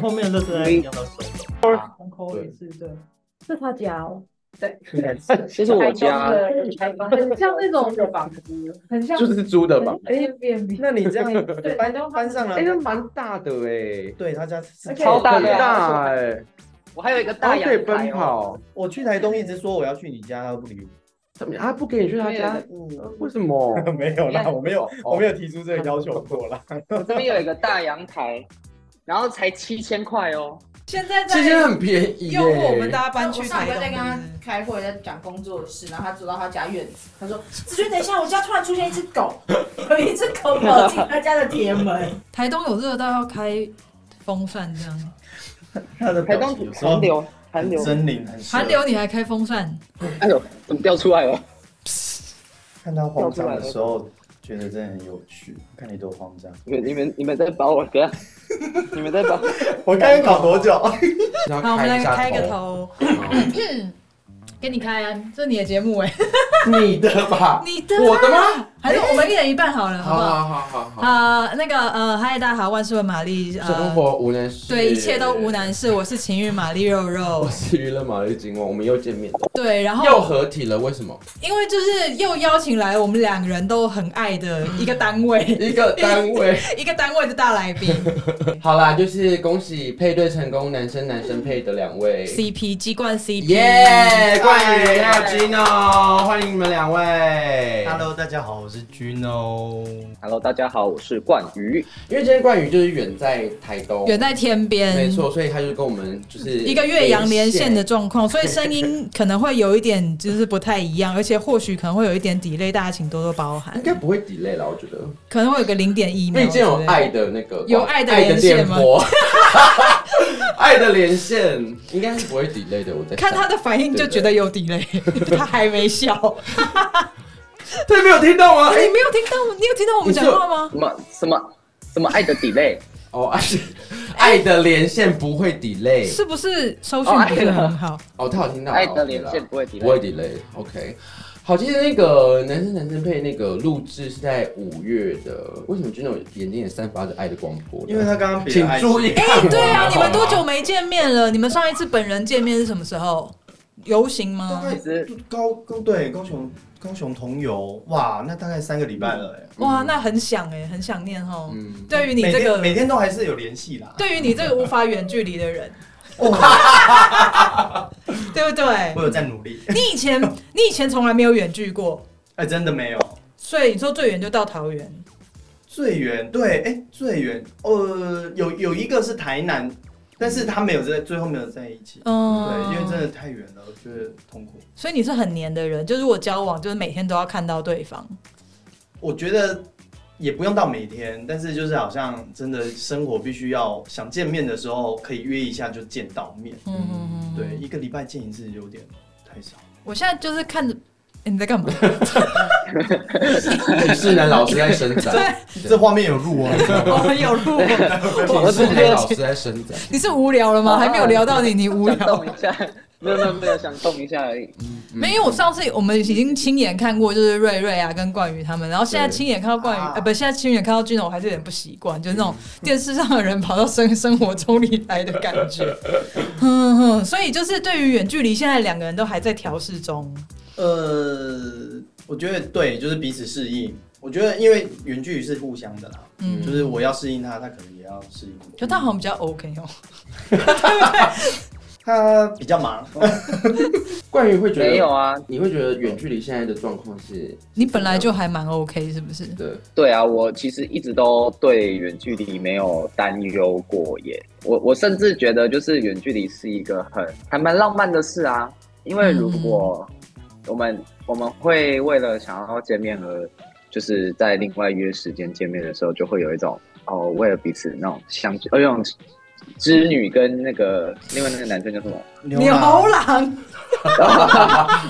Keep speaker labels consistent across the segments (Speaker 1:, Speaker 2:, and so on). Speaker 1: 后面的垃圾袋一定要收走，
Speaker 2: 啊
Speaker 1: 港口也是对。
Speaker 3: 是他家哦，
Speaker 2: 其实我
Speaker 4: 台中
Speaker 2: 家
Speaker 4: 的台房，
Speaker 3: 很像那种
Speaker 4: 有房子，
Speaker 3: 很像
Speaker 2: 就是租的 吧？
Speaker 3: Airbnb，
Speaker 5: 那你这 样
Speaker 4: 对，反正
Speaker 5: 搬上
Speaker 2: 哎，
Speaker 5: 来，
Speaker 2: 那蛮大的哎，
Speaker 5: 对他家是
Speaker 4: 而且超大
Speaker 2: 很
Speaker 4: 的
Speaker 2: 大哎，
Speaker 4: 我还有一个大
Speaker 2: 还
Speaker 4: 阳
Speaker 2: 可
Speaker 4: 台
Speaker 2: 以奔
Speaker 4: 哦，
Speaker 2: 跑。
Speaker 5: 我去台东一直说我要去你家，他都不理
Speaker 2: 怎么他不给你去他家？
Speaker 5: 我。
Speaker 2: 为什 么？
Speaker 5: 没有啦，我没有，
Speaker 2: 哦
Speaker 5: 我没有提出这个要求过啦。
Speaker 4: 我这边有一个大阳台，然后才七千块哦，
Speaker 6: 现在在
Speaker 2: 其实很便宜耶
Speaker 6: 诱惑我们大家搬
Speaker 7: 我
Speaker 6: 去
Speaker 7: 上
Speaker 6: 台
Speaker 7: 礼拜在跟他
Speaker 6: 东。
Speaker 7: 开会，在讲工作的事，然后他走到他家院子，他说：“子君，等一下，我家突然出现一只狗，有一只狗跑进他家的铁门。
Speaker 6: 台东有热到要开风扇这样，
Speaker 5: 他的
Speaker 4: 台
Speaker 5: 表
Speaker 4: 东
Speaker 5: 情有时候
Speaker 4: 寒流，寒
Speaker 5: 很
Speaker 4: 流，
Speaker 5: 狰狞，很
Speaker 6: 寒流你还开风扇？
Speaker 4: 哎呦，怎么掉出来了？哦
Speaker 5: 看他慌张的时候，觉得真的很有趣。看你多慌张，
Speaker 4: 你们你们你们在把我等一下， 你们在把
Speaker 5: 我刚刚搞多久？
Speaker 2: 然后
Speaker 6: 好，我们
Speaker 2: 开一
Speaker 6: 来
Speaker 2: 下
Speaker 6: 开个头，给你开啊，这是你的节目哎、
Speaker 2: 你的吧？
Speaker 6: 你的、
Speaker 2: 我的吗？
Speaker 6: 还是我们一人一半好了，好
Speaker 2: 好
Speaker 6: 不好？
Speaker 2: 好好好啊好。
Speaker 6: 呃，那个呃，嗨，大家好，万事问玛丽，
Speaker 2: 生
Speaker 6: 呃，
Speaker 2: 活无难事，
Speaker 6: 对，一切都无。难事，我是情欲玛丽肉肉
Speaker 2: 我，是娱乐玛丽金旺，我们又见面了，
Speaker 6: 对，然
Speaker 2: 又
Speaker 6: 后
Speaker 2: 合体了，为什么？
Speaker 6: 因为就是又邀请来我们两个人都很爱的一个单位，
Speaker 2: 一个单 位。
Speaker 6: 一个单位的大来 宾
Speaker 2: 好啦，就是恭喜配对成功，男生男生配的两 位。
Speaker 6: ，CP 鸡冠 CP，
Speaker 2: 耶！冠宇还有 Gino，欢迎你们两位。
Speaker 5: Hello，大家好，我是 Gino。
Speaker 4: Hello，大家好，我是冠宇，
Speaker 2: 因为今天冠宇就是远在台东，
Speaker 6: 远在天边，
Speaker 2: 没错，所以他就跟我们就是
Speaker 6: 一个岳阳连线的状况，所以 声音可能会有一点就是不太一样，而且或许可能会有一点 delay，大家请多多包
Speaker 2: 连线，
Speaker 6: 涵
Speaker 2: 应，该不会 delay 了，我觉得。
Speaker 6: 可能会有个零点一
Speaker 2: 因
Speaker 6: 秒。
Speaker 2: 为已经有爱的那个哦
Speaker 6: 有爱的
Speaker 2: 爱的
Speaker 6: 连线
Speaker 2: 电
Speaker 6: 吗
Speaker 2: 波， 爱的连线应该是不会 delay 的。我在
Speaker 6: 看
Speaker 2: 想
Speaker 6: 他的反应就觉得有 delay，他还没笑。
Speaker 2: 对，没有听到吗？
Speaker 6: 你
Speaker 2: 哎
Speaker 6: 没有听到？你有听到我们讲话吗？
Speaker 4: 什么什么什么爱的 delay，
Speaker 2: 哦，爱爱的连线不会 delay。
Speaker 6: 是不是收讯不是很好？
Speaker 2: 哦，他有听到
Speaker 4: 爱的连线不会
Speaker 2: 不会
Speaker 4: delay，
Speaker 2: delay。OK，好，其实那个男生男生配那个录制是在五月的，为什么 Gino 眼睛也散发着爱的光波呢？
Speaker 5: 因为他刚刚比
Speaker 2: 请注意看我、
Speaker 6: 对啊，你们多
Speaker 2: 好
Speaker 6: 久
Speaker 2: 吗？
Speaker 6: 没见面了？你们上一次本人见面是什么时候？游行
Speaker 5: 大
Speaker 6: 吗？
Speaker 5: 概高高对高雄高雄同游哇，那大概三个礼拜了哎。
Speaker 6: 哇，那很想哎，很想念哦。
Speaker 2: 嗯，
Speaker 6: 对于你
Speaker 5: 每
Speaker 6: 这
Speaker 5: 天每
Speaker 6: 个，
Speaker 5: 天都还是有联系啦。
Speaker 6: 对于你这个无法远距离的人， 对不对
Speaker 5: 我？有在努力，
Speaker 6: 你以前你以前从来没有远距过，
Speaker 5: 哎，真的没有。
Speaker 6: 所以你说最远就到桃园。
Speaker 5: 最远对，哎、最远，呃，有有一个是台南，但是他没有在最后没有在一起，
Speaker 6: 嗯，
Speaker 5: 对，因为真的太远了，我觉得痛苦。
Speaker 6: 所以你是很黏的人，就是我交往就是每天都要看到对方。
Speaker 5: 我觉得也不用到每天，但是就是好像真的生活必须要想见面的时候可以约一下就见到面，
Speaker 6: 嗯嗯嗯，
Speaker 5: 对，。一个礼拜见一次有点太少。
Speaker 6: 我现在就是看着、诶你在 干嘛？
Speaker 2: 体适男老师在伸展，
Speaker 5: 这画面有入哦，
Speaker 6: 我们有录，
Speaker 2: 体
Speaker 6: 啊
Speaker 2: 适男老师在伸展。
Speaker 6: 你是无聊
Speaker 5: 哦
Speaker 6: 了吗？还没有聊到你，你无
Speaker 4: 想
Speaker 6: 聊
Speaker 4: 动。一下， 没有没有没有想动一下而已，
Speaker 5: 嗯
Speaker 6: 没有，因为我上次我们已经亲眼看过，就是瑞瑞啊跟冠宇他们，然后现在
Speaker 2: 对
Speaker 6: 亲眼看到冠宇，
Speaker 5: 啊嗯
Speaker 6: 呃，不，现在亲眼看到君总，我还是有点不习惯，就是那种电视上的人跑到生生活中里来的感 觉。哼哼，所以就是对于远距离，现在两个人都还在调试中。
Speaker 5: 呃，我觉得对，就是彼此适应。我觉得因为远距离是互相的啦，
Speaker 6: 嗯
Speaker 5: 就是我要适应他，他可能也要适应我。
Speaker 6: 可他好像比较 OK 哦，
Speaker 5: 他嗯比较忙，
Speaker 2: 冠宇会觉得
Speaker 4: 没有，啊，
Speaker 2: 你会觉得远距离现在的状况是
Speaker 6: 你本来就还蛮 OK 是不是？
Speaker 2: 的，
Speaker 4: 对啊，我其实一直都对远距离没有担忧过耶。我我甚至觉得，就是远距离是一个很还蛮浪漫的事啊。因为如果我们、我们会为了想要见面而就是在另外约时间见面的时候，就会有一种哦，为了彼此那种相聚，呃，那种织女跟那个另外那个男生叫什么？
Speaker 5: 牛
Speaker 6: 牛郎，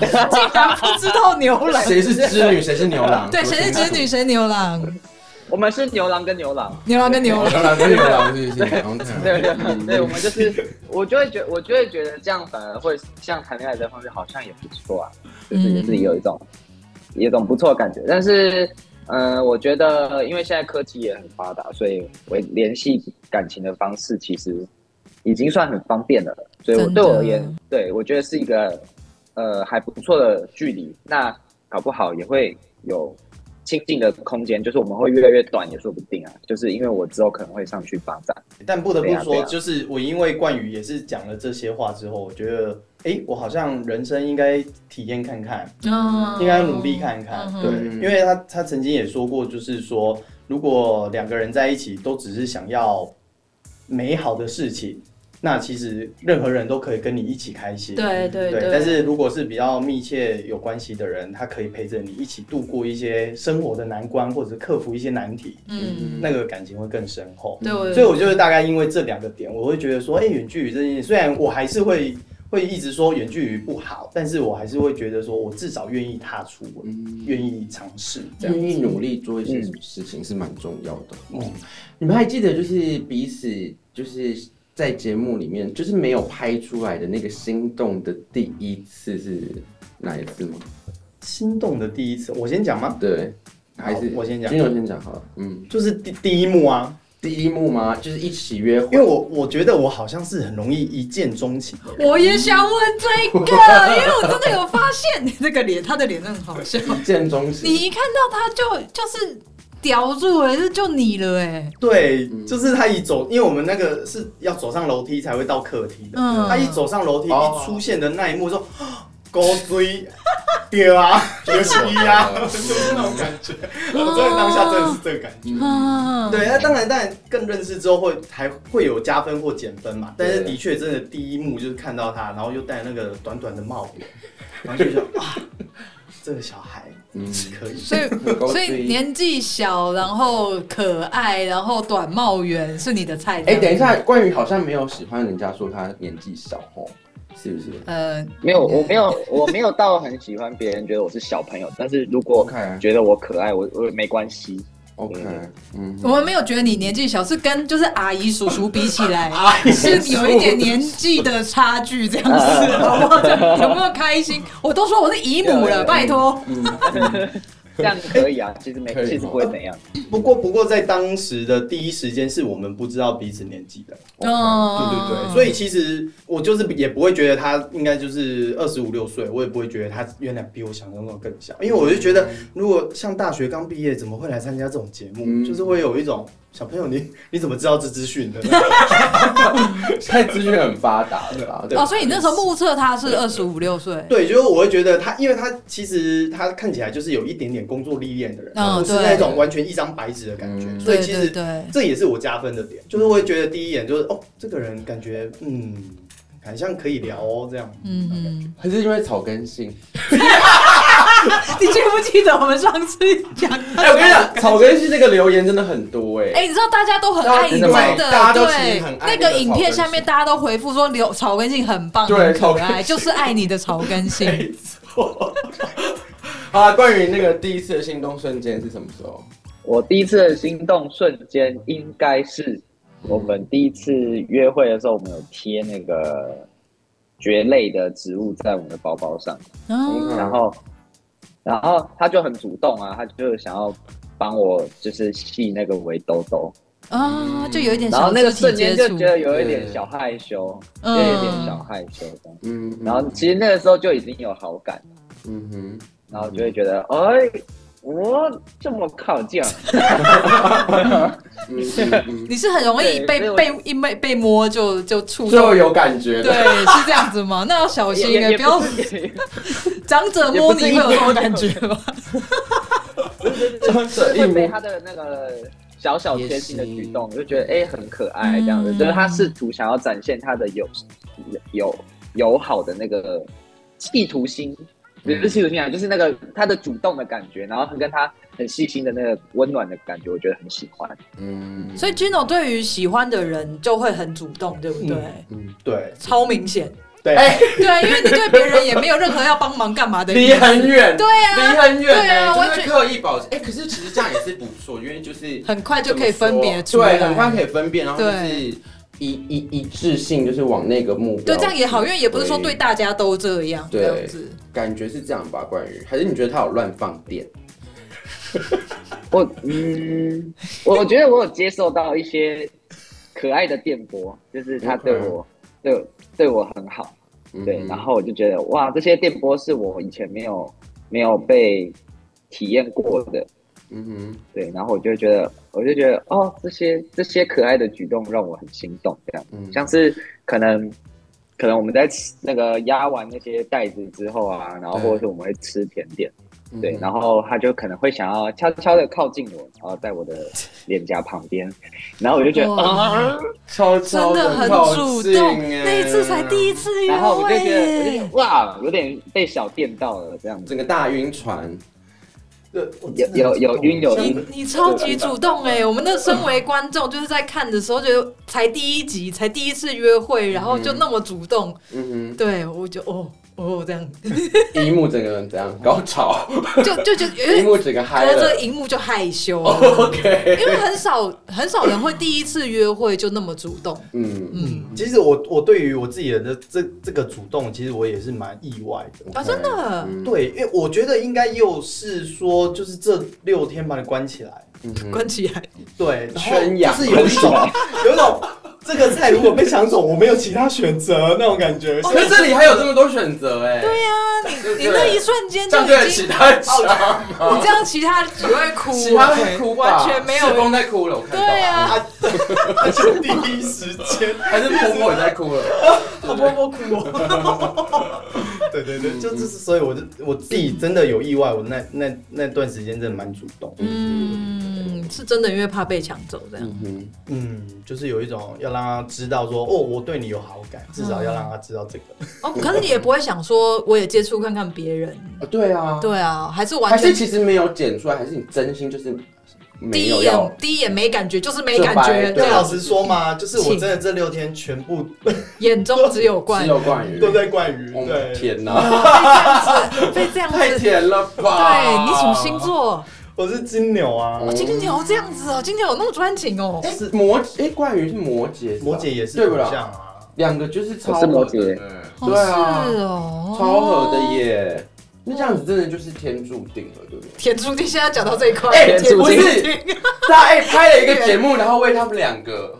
Speaker 6: 竟然不知道牛郎，
Speaker 2: 谁是织女，谁是牛郎？
Speaker 6: 对，谁是织女，谁牛郎，
Speaker 4: 我们是牛郎跟牛郎。
Speaker 6: 牛郎跟牛
Speaker 2: 牛
Speaker 6: 郎。
Speaker 2: 郎跟牛郎是不是？OK
Speaker 4: 对对对对，我们就是，我就会觉，我就会觉得这样反而会像谈恋爱的方式，好像也不错啊，就是也
Speaker 6: 嗯
Speaker 4: 是有一种，有一种不错的感觉。但是，嗯、我觉得因为现在科技也很发达，所以我联系感情的方式其实已经算很方便了。所以我
Speaker 6: 真的
Speaker 4: 对我而言，对我觉得是一个呃还不错的距离。那搞不好也会有亲近的空间，就是我们会越来越短也说不定啊。就是因为我之后可能会上去发展，
Speaker 5: 但不得不
Speaker 4: 对啊对
Speaker 5: 说，
Speaker 4: 啊
Speaker 5: 就是我因为冠宇也是讲了这些话之后，我觉得，哎、我好像人生应该体验看看，
Speaker 6: 嗯
Speaker 5: 应该努力看看，
Speaker 6: 嗯
Speaker 5: 对，
Speaker 2: 嗯
Speaker 5: 因为他他曾经也说过，就是说，如果两个人在一起都只是想要美好的事情，那其实任何人都可以跟你一起开心，
Speaker 6: 对对
Speaker 5: 对，但是如果是比较密切有关系的人，他可以陪着你一起度过一些生活的难关，或者是克服一些难题，
Speaker 6: 嗯，
Speaker 5: 那个感情会更深厚。
Speaker 6: 对我
Speaker 5: 所以我就是大概因为这两个点，我会觉得说，哎、远距离这件事，虽然我还是会会一直说远距离不好，但是我还是会觉得说我至少愿意踏出，
Speaker 2: 嗯
Speaker 5: 愿意尝试这样。
Speaker 2: 愿意努力做一些事情是蛮重要的。
Speaker 5: 嗯，
Speaker 2: 你们还记得就是彼此就是在节目里面就是没有拍出来的那个心动的第一次是哪一次吗？
Speaker 5: 心动的第一次，我先讲吗？
Speaker 2: 对，还是
Speaker 5: 好我先讲
Speaker 2: 金勇先讲好了。嗯，
Speaker 5: 就是第第一幕啊，
Speaker 2: 第一幕吗？就是一起约会
Speaker 5: 因为。我我觉得我好像是很容易一见钟情的人。
Speaker 6: 我也想问这个， 因为我真的有发现这个脸，他的脸真的很好笑。
Speaker 2: 一见钟
Speaker 6: 你
Speaker 2: 情，
Speaker 6: 一看到他就就是叼住了，这就你了哎、
Speaker 5: 对
Speaker 2: 嗯，
Speaker 5: 就是他一走，因为我们那个是要走上楼梯才会到客厅的，
Speaker 6: 嗯
Speaker 5: 他一走上楼梯
Speaker 2: 哦
Speaker 5: 一出现的那一幕说，哦高追，对啊，就是啊， 就是那种感觉，我真的当下真的是这个感觉。
Speaker 2: 嗯
Speaker 6: 啊，
Speaker 5: 对，那当然，当然更认识之后会还会有加分或减分嘛。但是的确，真的第一幕就是看到他，然后又戴那个短短的帽 子，然后就觉得哇，这个小孩
Speaker 2: 嗯，
Speaker 5: 可以。
Speaker 6: 所以
Speaker 2: 高
Speaker 6: 所
Speaker 2: 追
Speaker 6: 以年纪小，然后可爱，然后短帽圆是你的菜。
Speaker 2: 哎、等一，下，关于好像没有喜欢人家说他年纪小哦，是不是
Speaker 6: 呃，
Speaker 4: 没有，我没有，我没有到很喜欢别人觉得我是小朋友，但是如果
Speaker 5: 啊
Speaker 2: ？OK
Speaker 4: 觉得我可爱，我我没关系。
Speaker 2: OK，嗯，
Speaker 6: 我们没有觉得你年纪小，是跟就是阿姨叔叔比起 来，是有一点年纪的差距这样子，
Speaker 4: 啊
Speaker 6: 好不好？这样有没有开心？我都说我是姨母
Speaker 4: 有有
Speaker 6: 了，
Speaker 4: 有
Speaker 6: 拜托。
Speaker 4: 这样可以啊，其实没
Speaker 2: 可，以
Speaker 4: 其实不会怎样。
Speaker 5: 不过，不过在当时的第一时间是我们不知道彼此年纪的，对
Speaker 6: 哦
Speaker 5: 对对，所以其实我就是也不会觉得他应该就是二十五六岁，我也不会觉得他原来比我想象中的更小，因为我就觉
Speaker 6: 嗯
Speaker 5: 得如果像大学刚毕业，怎么会来参加这种节目？
Speaker 2: 嗯
Speaker 5: 就是会有一种小朋友你你怎么知道这资讯的？
Speaker 2: 现在资讯很发达了 吧？
Speaker 5: 对
Speaker 6: 哦，所以你那时候目测他是二十五六岁，
Speaker 5: 对，就是我会觉得他，因为他其实他看起来就是有一点点工作历练的人，
Speaker 6: 嗯
Speaker 5: 不是
Speaker 6: 对
Speaker 5: 那种完全一张白纸的感觉，
Speaker 2: 嗯
Speaker 5: 所以
Speaker 6: 对
Speaker 5: 其
Speaker 6: 对
Speaker 5: 实
Speaker 6: 对，
Speaker 5: 这也是我加分的点，就是我会觉得第一眼就是哦，这个人感觉嗯，好像可以聊哦这样。
Speaker 6: 嗯嗯，
Speaker 2: 还是因为草根性？
Speaker 6: 你记不记得我们上次讲？
Speaker 2: 哎、我跟你讲，草根性这个留言真的很多哎、
Speaker 6: 哎、你知道大家都很爱你，真
Speaker 2: 大家
Speaker 6: 的，
Speaker 2: 真的大家都其实
Speaker 6: 对
Speaker 2: 很爱
Speaker 6: 那
Speaker 2: 那个
Speaker 6: 个影片
Speaker 2: 草
Speaker 6: 下
Speaker 2: 根
Speaker 6: 面
Speaker 2: 性
Speaker 6: 大家都回复说刘草根性很棒，
Speaker 2: 对
Speaker 6: 很
Speaker 2: 草
Speaker 6: 可
Speaker 2: 根
Speaker 6: 爱，
Speaker 2: 性
Speaker 6: 就是爱你的草根性。
Speaker 2: 好了，关于那个第一次的心动瞬间是什么时候？
Speaker 4: 我第一次的心动瞬间应该是我们第一次约会的时候，我们有贴那个蕨类的植物在我们的包包上，
Speaker 6: 嗯，
Speaker 4: 然后，然后他就很主动啊，他就想要帮我就是系那个围兜兜，
Speaker 6: 啊，就有一点
Speaker 4: 然后
Speaker 6: 小
Speaker 4: 那个
Speaker 6: 肢
Speaker 4: 瞬
Speaker 6: 体
Speaker 4: 间
Speaker 6: 接
Speaker 4: 就
Speaker 6: 触
Speaker 4: 觉，得有一点
Speaker 2: 对
Speaker 4: 小害羞，就
Speaker 6: 嗯
Speaker 4: 有一点小害羞这样。
Speaker 2: 嗯，
Speaker 4: 然后其实那个时候就已经有好感，
Speaker 2: 嗯哼，
Speaker 4: 然后就会觉得，哎，我这么靠近啊，
Speaker 2: 嗯嗯嗯，
Speaker 6: 你是很容易
Speaker 4: 对
Speaker 6: 被
Speaker 4: 所以我
Speaker 6: 被一被被摸就就触
Speaker 2: 最后
Speaker 6: 动。
Speaker 2: 有感觉
Speaker 6: 对
Speaker 2: 的，，
Speaker 6: 是这样子吗？那要小
Speaker 4: 也
Speaker 6: 心哎、
Speaker 4: 也
Speaker 6: 不要
Speaker 4: 是
Speaker 6: 长者
Speaker 4: 也
Speaker 6: 摸
Speaker 4: 不
Speaker 6: 你
Speaker 4: 是
Speaker 6: 会有
Speaker 4: 一
Speaker 6: 这种
Speaker 4: 定
Speaker 6: 感觉吗？
Speaker 2: 张
Speaker 4: 就是
Speaker 2: 嘴一
Speaker 4: 会被
Speaker 2: 摸，
Speaker 4: 他的那个小小贴心的举动，就觉得哎、很可爱
Speaker 6: 嗯
Speaker 4: 这样子，就是他试图想要展现他的友友友好的那个企图心，也
Speaker 6: 嗯
Speaker 4: 不是企图心啊，就是那个他的主动的感觉，然后跟他很细心的那个温暖的感觉，我觉得很喜欢。
Speaker 2: 嗯，
Speaker 6: 所以 Gino 对于喜欢的人就会很主动，对不对？
Speaker 4: 嗯
Speaker 5: 对
Speaker 6: 超明显，
Speaker 5: 对，
Speaker 4: 哎
Speaker 6: 对，因为你对别人也没有任何要帮忙干 嘛的意
Speaker 2: 离
Speaker 6: 思。
Speaker 4: 啊
Speaker 2: 很远，
Speaker 6: 对
Speaker 2: 离
Speaker 6: 啊，
Speaker 2: 很远
Speaker 6: 对啊
Speaker 2: 欸，
Speaker 6: 我
Speaker 2: 就
Speaker 6: 也
Speaker 2: 是
Speaker 6: 觉
Speaker 2: 刻意保持。哎，可是其实这样也是不错，因为就是
Speaker 6: 很快就可以分别
Speaker 2: 怎
Speaker 6: 出
Speaker 2: 么
Speaker 6: 来，
Speaker 2: 说对，很快可以分辨，然后就是
Speaker 6: 对
Speaker 2: 一一一致性，就是往那个目标。
Speaker 6: 对，这样也好，因为也不是说对大家都这样，
Speaker 2: 对
Speaker 6: 这样子。
Speaker 2: 感觉是这样吧，关于还是你觉得他有乱放电？
Speaker 4: 我嗯，我觉得我有接受到一些可爱的电波，就是他对
Speaker 2: 嗯
Speaker 4: 我对我对我很好，嗯对，然后我就觉得哇，这些电波是我以前没有没有被体验过的，
Speaker 2: 嗯哼，
Speaker 4: 对，然后我就觉得，我就觉得，哦，这些这些可爱的举动让我很心动，这样，
Speaker 2: 嗯
Speaker 4: 像是可能，可能我们在吃那个压完那些袋子之后啊，然后
Speaker 2: 对
Speaker 4: 或者是我们会吃甜点，
Speaker 2: 嗯
Speaker 4: 对，然后他就可能会想要悄悄的靠近我，然后在我的脸颊旁边，然后我就觉得，
Speaker 6: 哇
Speaker 4: 啊，
Speaker 2: 超超
Speaker 6: 真的很
Speaker 2: 靠
Speaker 6: 主
Speaker 2: 近
Speaker 6: 动，
Speaker 2: 欸
Speaker 6: 那一次才第一次哎约
Speaker 4: 然后我就觉得，我就觉
Speaker 6: 会
Speaker 4: 得，哇，有点被小电到了，这样子，
Speaker 2: 整个大晕船，
Speaker 5: 对，我真
Speaker 4: 有
Speaker 5: 的
Speaker 4: 有有晕有
Speaker 6: 你
Speaker 4: 晕，
Speaker 6: 你超级主动
Speaker 4: 嗯
Speaker 6: 哎、我们那身为观众，就是在看的时候，觉得才第一集，才第一次约会，然后就那么主动，
Speaker 2: 嗯
Speaker 6: 对我就哦哦这样，
Speaker 2: 哼，一幕整个人怎样高潮，
Speaker 6: 就就 就有
Speaker 2: 一
Speaker 6: 点
Speaker 2: 幕整个嗨
Speaker 6: 隔着
Speaker 2: 了
Speaker 6: 啊荧幕就害羞 了，
Speaker 2: ，OK，
Speaker 6: 因为很少很少人会第一次约会就那么主动，
Speaker 2: 嗯，
Speaker 6: 嗯，
Speaker 5: 其实我我对于我自己的这这这个主动，其实我也是蛮意外的。
Speaker 6: 啊真的
Speaker 2: 嗯，
Speaker 5: 对，因为我觉得应该又是说，就是这六天把你关起来，
Speaker 2: 嗯哼
Speaker 6: 关起来，
Speaker 5: 对，然后
Speaker 2: 圈养
Speaker 5: 就是有一种有一种这个菜如果被抢走，我没有其他选择那种感觉。所以
Speaker 2: 那这里还有这么多选择哎，
Speaker 6: 对呀、
Speaker 2: 对不
Speaker 6: 你
Speaker 2: 对
Speaker 6: 你那一瞬间就
Speaker 2: 这样
Speaker 6: 已
Speaker 2: 对
Speaker 6: 经
Speaker 2: 其。他人讲
Speaker 6: 你这样，其他只会哭，
Speaker 2: 其他会哭吧，
Speaker 6: 完全没有
Speaker 2: 是风在哭了，我看到，
Speaker 6: 对啊，
Speaker 5: 啊，而且第一时 间，
Speaker 2: 还是婆婆也在哭了，
Speaker 5: 我婆婆哭 对对对，就就是，所以我就我自己真的有意外，我那那那段时间真的蛮主动，
Speaker 6: 嗯，是真的，因为怕被抢走这样。
Speaker 2: 嗯哼，
Speaker 5: 嗯，就是有一种要让他知道说，哦，我对你有好感，至少要让他知道这个。
Speaker 6: 哦，可是你也不会想说，我也接触看看别人。
Speaker 2: 啊对啊，
Speaker 6: 对啊，还是完
Speaker 2: 还是
Speaker 6: 全
Speaker 2: 其实没有剪出来，还是你真心就是没
Speaker 6: 第一
Speaker 2: 有要
Speaker 6: 眼第一眼没感觉，就是没
Speaker 2: 就
Speaker 6: 感
Speaker 2: 白
Speaker 6: 觉，
Speaker 5: 对，
Speaker 2: 对
Speaker 6: 啊
Speaker 5: 老实说嘛，就是我真的这六天全部
Speaker 6: 眼中只有怪
Speaker 2: 只，有关于
Speaker 5: 都在灌鱼，
Speaker 2: 嗯
Speaker 5: 对，
Speaker 2: 天哪，
Speaker 6: 被这样子。
Speaker 2: 太甜了吧？
Speaker 6: 对你什么星？座？
Speaker 5: 我是金牛啊，
Speaker 2: 嗯
Speaker 6: 金牛这样子哦，金牛有那么专情哦。
Speaker 2: 是摩哎，关于是摩羯是吧，
Speaker 5: 摩羯也是
Speaker 2: 对不
Speaker 5: 土
Speaker 2: 啦？
Speaker 5: 象啊，
Speaker 2: 两个就是超
Speaker 4: 我哦是摩
Speaker 2: 合的耶对
Speaker 6: 哦
Speaker 2: 啊，
Speaker 6: 是哦，
Speaker 2: 超合的。耶。那这样子真的就是天注定了，对不对？
Speaker 6: 田注定现在讲到这一块，
Speaker 2: 哎
Speaker 6: 田
Speaker 2: 不
Speaker 6: 注定
Speaker 2: 是大 A 拍了一个节目，然后为他们两个，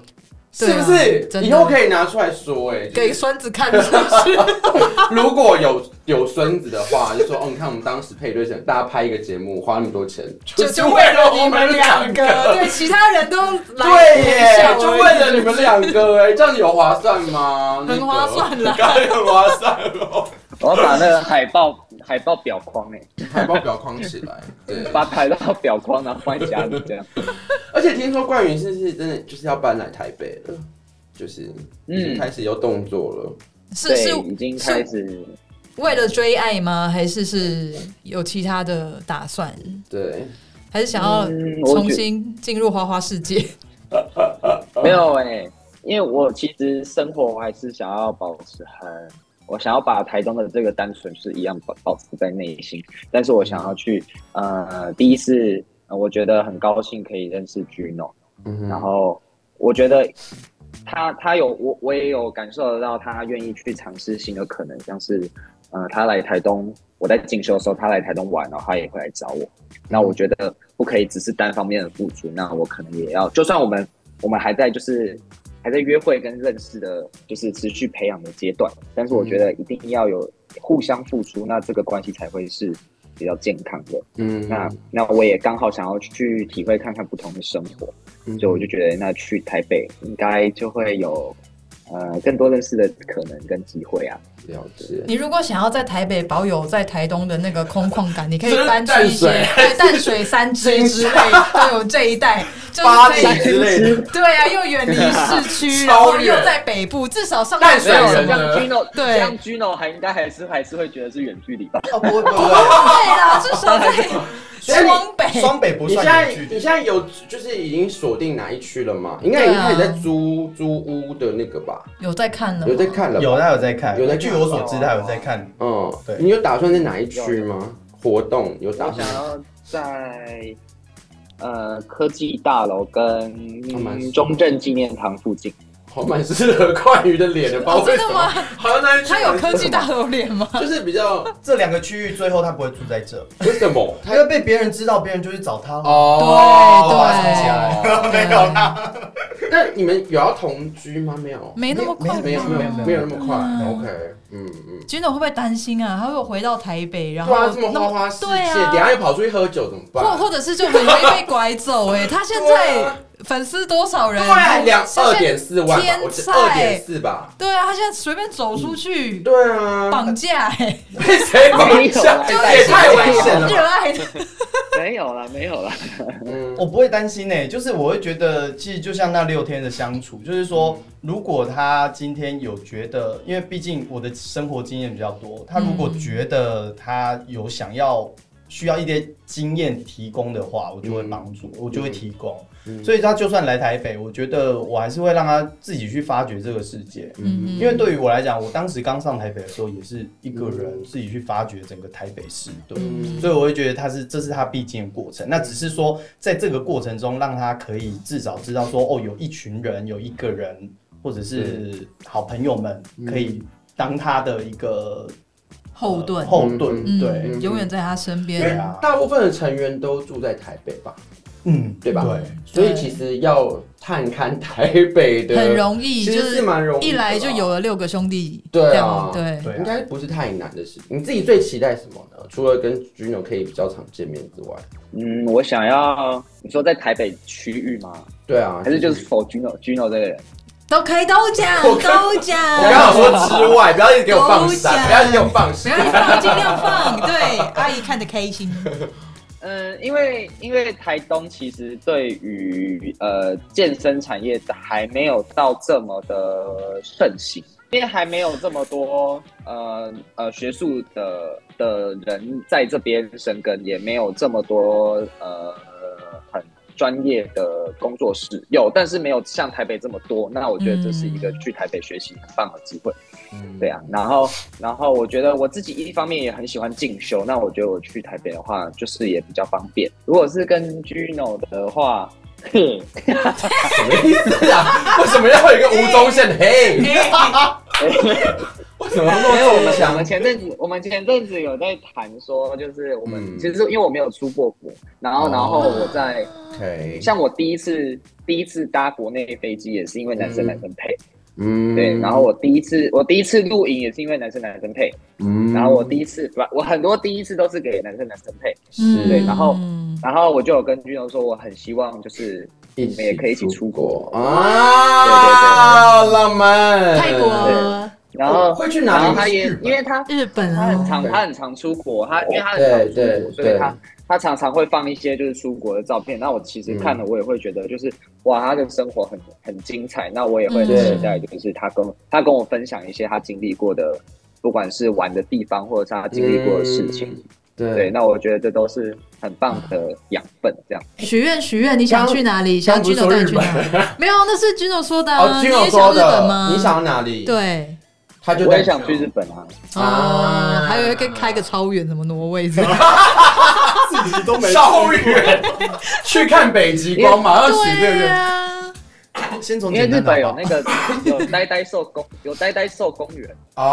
Speaker 6: 对
Speaker 2: 是
Speaker 6: 啊
Speaker 2: 不是？
Speaker 6: 真的
Speaker 2: 以后可以拿出来说，哎，就
Speaker 6: 给
Speaker 2: 是
Speaker 6: 孙子看是不 是？
Speaker 2: 如果有有孙子的话，就说哦，你看我们当时配对是大家拍一个节目，花那么多钱，
Speaker 6: 就是就为了你们两个，对，其他人都来
Speaker 2: 对
Speaker 6: 一下
Speaker 2: 耶，就为了你们两个哎，这样有划算吗？
Speaker 6: 很划算啦
Speaker 2: 当然很划算 喽。
Speaker 4: 我要把那个海报海报裱框哎、
Speaker 2: 海报裱框起来，对。
Speaker 4: 把海报裱框然后放在家里这样。
Speaker 2: 而且听说冠云是不是真的就是要搬来台北了？就是已经
Speaker 4: 嗯
Speaker 2: 开始有动作了。
Speaker 6: 是
Speaker 4: 对
Speaker 6: 是，
Speaker 4: 已经开始
Speaker 6: 为了追爱吗？还是是有其他的打算？
Speaker 2: 对，
Speaker 6: 还是想要
Speaker 4: 嗯我
Speaker 6: 重
Speaker 4: 觉
Speaker 6: 新进入花花世界？
Speaker 4: 没有哎、因为我其实生活我还是想要保持很，我想要把台中的这个单纯是一样保保持在内心，但是我想要去呃，第一次呃我觉得很高兴可以认识 Gino，
Speaker 2: 嗯哼
Speaker 4: 然后我觉得他他有我我也有感受得到他愿意去尝试新的可能，像是呃他来台东，我在进修的时候他来台东玩，然后他也会来找我。那我觉得不可以只是单方面的付出，那我可能也要，就算我们我们还在就是还在约会跟认识的，就是持续培养的阶段，但是我觉
Speaker 2: 嗯
Speaker 4: 得一定要有互相付出，那这个关系才会是比较健康的。
Speaker 2: 嗯
Speaker 4: 那那我也刚好想要去体会看看不同的生活，
Speaker 2: 嗯
Speaker 4: 所以我就觉得那去台北应该就会有呃更多认识的可能跟机会啊。
Speaker 2: 嗯了解。
Speaker 6: 你如果想要在台北保有在台东的那个空旷感，你可以
Speaker 2: 就是
Speaker 6: 搬出
Speaker 2: 淡
Speaker 6: 一些
Speaker 2: 水
Speaker 6: 对淡水三支之类，都有这一带，就是
Speaker 5: 巴
Speaker 6: 可
Speaker 5: 黎
Speaker 6: 以
Speaker 5: 之类的。
Speaker 6: 对啊，又远离市
Speaker 2: 超
Speaker 6: 区，然后又
Speaker 2: 远
Speaker 6: 在北部，至少上
Speaker 2: 淡
Speaker 6: 大
Speaker 2: 水
Speaker 6: 学
Speaker 2: 对
Speaker 4: 没有
Speaker 2: 人
Speaker 5: 啊
Speaker 4: 这
Speaker 2: 呢
Speaker 4: 样 Gino，
Speaker 6: 对
Speaker 4: 这样 Gino 还应该还是还是会觉得是远距离吧？
Speaker 5: 哦，不会不会不 会，
Speaker 6: 对啦，至少在双北。
Speaker 5: 双北不
Speaker 2: 你现
Speaker 5: 算
Speaker 2: 在
Speaker 5: 远距
Speaker 2: 你
Speaker 5: 离
Speaker 2: 现。在有就是已经锁定哪一区了吗？应该已经开始在租、租屋的那个吧？
Speaker 6: 有在看
Speaker 4: 啊
Speaker 6: 了吗，
Speaker 2: 有在看了吧？
Speaker 5: 有他有在看，
Speaker 2: 有在看
Speaker 5: 据我所知他有在看。
Speaker 2: 嗯，
Speaker 5: 对
Speaker 2: 你有打算在哪一区吗？活动有打
Speaker 4: 我
Speaker 2: 算
Speaker 4: 想？要在呃科技大楼跟、
Speaker 2: 哦蛮舒服
Speaker 4: 中正纪念堂附近，
Speaker 2: 好蛮适合冠宇的脸的，不知道
Speaker 6: 哦，
Speaker 2: 为
Speaker 6: 真
Speaker 2: 什
Speaker 6: 的
Speaker 2: 么。
Speaker 6: 吗？
Speaker 2: 好像那一区
Speaker 6: 他有科技大楼脸吗？
Speaker 2: 就是比 较
Speaker 5: 这两个区域最后他不会住在这，
Speaker 2: 为什么？
Speaker 5: 他要被别人知道，别人就去找他。
Speaker 2: 哦
Speaker 6: 对对嗯
Speaker 5: 把他藏起来没有啦。
Speaker 2: 那你们有要同居吗？没有，
Speaker 6: 没那么快
Speaker 2: 没有，
Speaker 6: 吧
Speaker 2: 没有，没有那么快。
Speaker 6: 嗯
Speaker 2: OK，嗯嗯。
Speaker 6: 君总会不会担心啊？他会不会回到台北，然
Speaker 2: 对啊，
Speaker 6: 后
Speaker 2: 这么
Speaker 6: 那
Speaker 2: 花花世界，
Speaker 6: 对啊
Speaker 2: 等一下又跑出去喝酒怎么
Speaker 6: 或
Speaker 2: 办？
Speaker 6: 或者是就很容易被拐走 哎、他现
Speaker 2: 对
Speaker 6: 在
Speaker 2: 啊
Speaker 6: 粉丝多少人？
Speaker 2: 对，啊两
Speaker 6: 像
Speaker 2: 二点四万吧
Speaker 6: 天，
Speaker 2: 我记
Speaker 6: 菜
Speaker 2: 二点四吧。
Speaker 6: 对啊，他现在随便走出去
Speaker 2: 对啊，
Speaker 6: 绑架哎、
Speaker 2: 被谁绑架？
Speaker 4: 没有
Speaker 2: 这也太危险了吧。
Speaker 6: 热爱的
Speaker 4: 没有啦，没有啦。
Speaker 6: 哦
Speaker 2: 嗯
Speaker 5: 我不会担心呢、欸就是我会觉得，其实就像那六天的相处，就是说，如果他今天有觉得，因为毕竟我的生活经验比较多，他如果觉得他有想要需要一些经验提供的话，我就会帮助，我就会提供。
Speaker 2: 嗯
Speaker 5: 所以他就算来台北，我觉得我还是会让他自己去发掘这个世界。
Speaker 6: 嗯
Speaker 5: 因为对于我来讲，我当时刚上台北的时候，也是一个人自己去发掘整个台北市，对，
Speaker 2: 嗯
Speaker 5: 所以我会觉得他是这是他必经的过程。那只是说，在这个过程中，让他可以至少知道说，哦，有一群人，有一个人，或者是好朋友们，可以当他的一个
Speaker 6: 后盾
Speaker 5: 呃，后盾，
Speaker 6: 嗯，
Speaker 5: 对，
Speaker 6: 永远在他身
Speaker 2: 因
Speaker 5: 对
Speaker 6: 边。
Speaker 2: 为
Speaker 5: 啊
Speaker 2: 大部分的成员都住在台北吧，
Speaker 5: 嗯，
Speaker 2: 对吧？
Speaker 5: 对，
Speaker 2: 所以其实要探看台北的，
Speaker 6: 很容易，
Speaker 2: 啊其
Speaker 6: 就
Speaker 2: 实是
Speaker 6: 是
Speaker 2: 蛮容易的啦，
Speaker 6: 一来就有了六个兄弟，
Speaker 2: 对啊
Speaker 6: 这样对，
Speaker 5: 对
Speaker 2: 应
Speaker 5: 啊，
Speaker 2: 该不是太难的事情。你自己最期待什么呢？除了跟 Juno 可以比较常见面之外，
Speaker 4: 嗯，我想要你说在台北区域吗？
Speaker 2: 对啊，
Speaker 4: 还是就是否 Gino Gino 这个人？
Speaker 6: 都可以都讲
Speaker 2: 我刚
Speaker 6: 都讲，
Speaker 2: 我刚好 说之外，不要一直给我放
Speaker 6: 都
Speaker 2: 闪，
Speaker 6: 想
Speaker 2: 不要一直给我放
Speaker 6: 不
Speaker 2: 闪。
Speaker 6: 要一放，尽量放，对，阿姨看得开心，
Speaker 4: 嗯，因为因为台东其实对于呃健身产业还没有到这么的盛行，因为还没有这么多呃呃学术的的人在这边生根，也没有这么多呃很专业的工作室有，但是没有像台北这么多。那我觉得这是一个去台北学习很棒的机会。 对啊，然后然后我觉得我自己一方面也很喜欢进修，那我觉得我去台北的话，就是也比较方便。如果是跟 Gino 的话，哎嘿
Speaker 2: 什么意思啊？ 为什么要有一个吴宗 宪？嘿，为什么
Speaker 4: 因为
Speaker 2: 要
Speaker 4: 我们
Speaker 2: 这
Speaker 4: 我们
Speaker 2: 么强？
Speaker 4: 前阵子我们前阵子有在谈说，就是我们、
Speaker 2: 嗯哦
Speaker 4: 其实因为我没有出过国，然后然后我在、
Speaker 2: OK，
Speaker 4: 像我第一次第一次搭国内飞机也是因为男生
Speaker 2: 嗯
Speaker 4: 男生配，
Speaker 2: 嗯
Speaker 4: 对，然后我第一次我第一次露营也是因为男生男生配，
Speaker 2: 嗯
Speaker 4: 然后我第一次我很多第一次都是给男生男生配。
Speaker 2: 是
Speaker 4: 对然后
Speaker 6: 嗯
Speaker 4: 然后我就有跟君荣说，我很希望就是
Speaker 2: 一
Speaker 4: 你们也可以一起出国，
Speaker 2: 啊，浪漫，
Speaker 6: 泰国、
Speaker 4: 然后
Speaker 2: 哦会去
Speaker 4: 然
Speaker 2: 哪
Speaker 4: 后
Speaker 2: 里？
Speaker 4: 他也
Speaker 2: 日本
Speaker 4: 因为他
Speaker 6: 日本
Speaker 4: 他很
Speaker 6: 啊，
Speaker 4: 常
Speaker 2: 对
Speaker 4: 他很常出国，他因为他很常
Speaker 2: 嗯哦对
Speaker 4: 出
Speaker 2: 对
Speaker 4: 国，所以他
Speaker 2: 对
Speaker 4: 他常常会放一些就是出国的照片。那我其实
Speaker 2: 嗯
Speaker 4: 看了，我也会觉得就是哇，他的生活很很精彩。那我也会很
Speaker 2: 嗯
Speaker 4: 期待，就是他跟他跟我分享一些他经历过的，不管是玩的地方或者是他经历过的事情。
Speaker 2: 嗯
Speaker 4: 对，
Speaker 2: 对，
Speaker 4: 那我觉得这都是很棒的养分，这样。
Speaker 6: 许愿许愿，你想去哪里？
Speaker 2: 刚刚
Speaker 6: 想
Speaker 2: 不是
Speaker 6: Gino
Speaker 2: 说
Speaker 6: 带你
Speaker 2: 日
Speaker 6: 去哪
Speaker 2: 本
Speaker 6: 里？？ 没有，那是 Gino 说的
Speaker 2: 哦
Speaker 6: 啊。你
Speaker 2: ，Gino
Speaker 6: 也
Speaker 2: 说
Speaker 6: 想日本
Speaker 2: 的
Speaker 6: 吗？，
Speaker 2: 你想要哪里？，
Speaker 6: 对
Speaker 2: 他就
Speaker 4: 我
Speaker 2: 带
Speaker 4: 也
Speaker 2: 你
Speaker 4: 想去日本啊，
Speaker 2: 啊
Speaker 6: 哦，还有一个开个超远，什么挪威之 类的。
Speaker 5: 自己都 没
Speaker 2: 超远，去看北极光嘛，二十六
Speaker 6: 对
Speaker 2: 月。
Speaker 6: 啊，
Speaker 5: 先从
Speaker 4: 因为
Speaker 5: 简
Speaker 4: 日
Speaker 5: 单
Speaker 4: 本
Speaker 5: 的
Speaker 4: 有
Speaker 5: 好不
Speaker 4: 那
Speaker 5: 好，
Speaker 4: 个有呆呆兽公有呆呆兽公园，
Speaker 2: 哦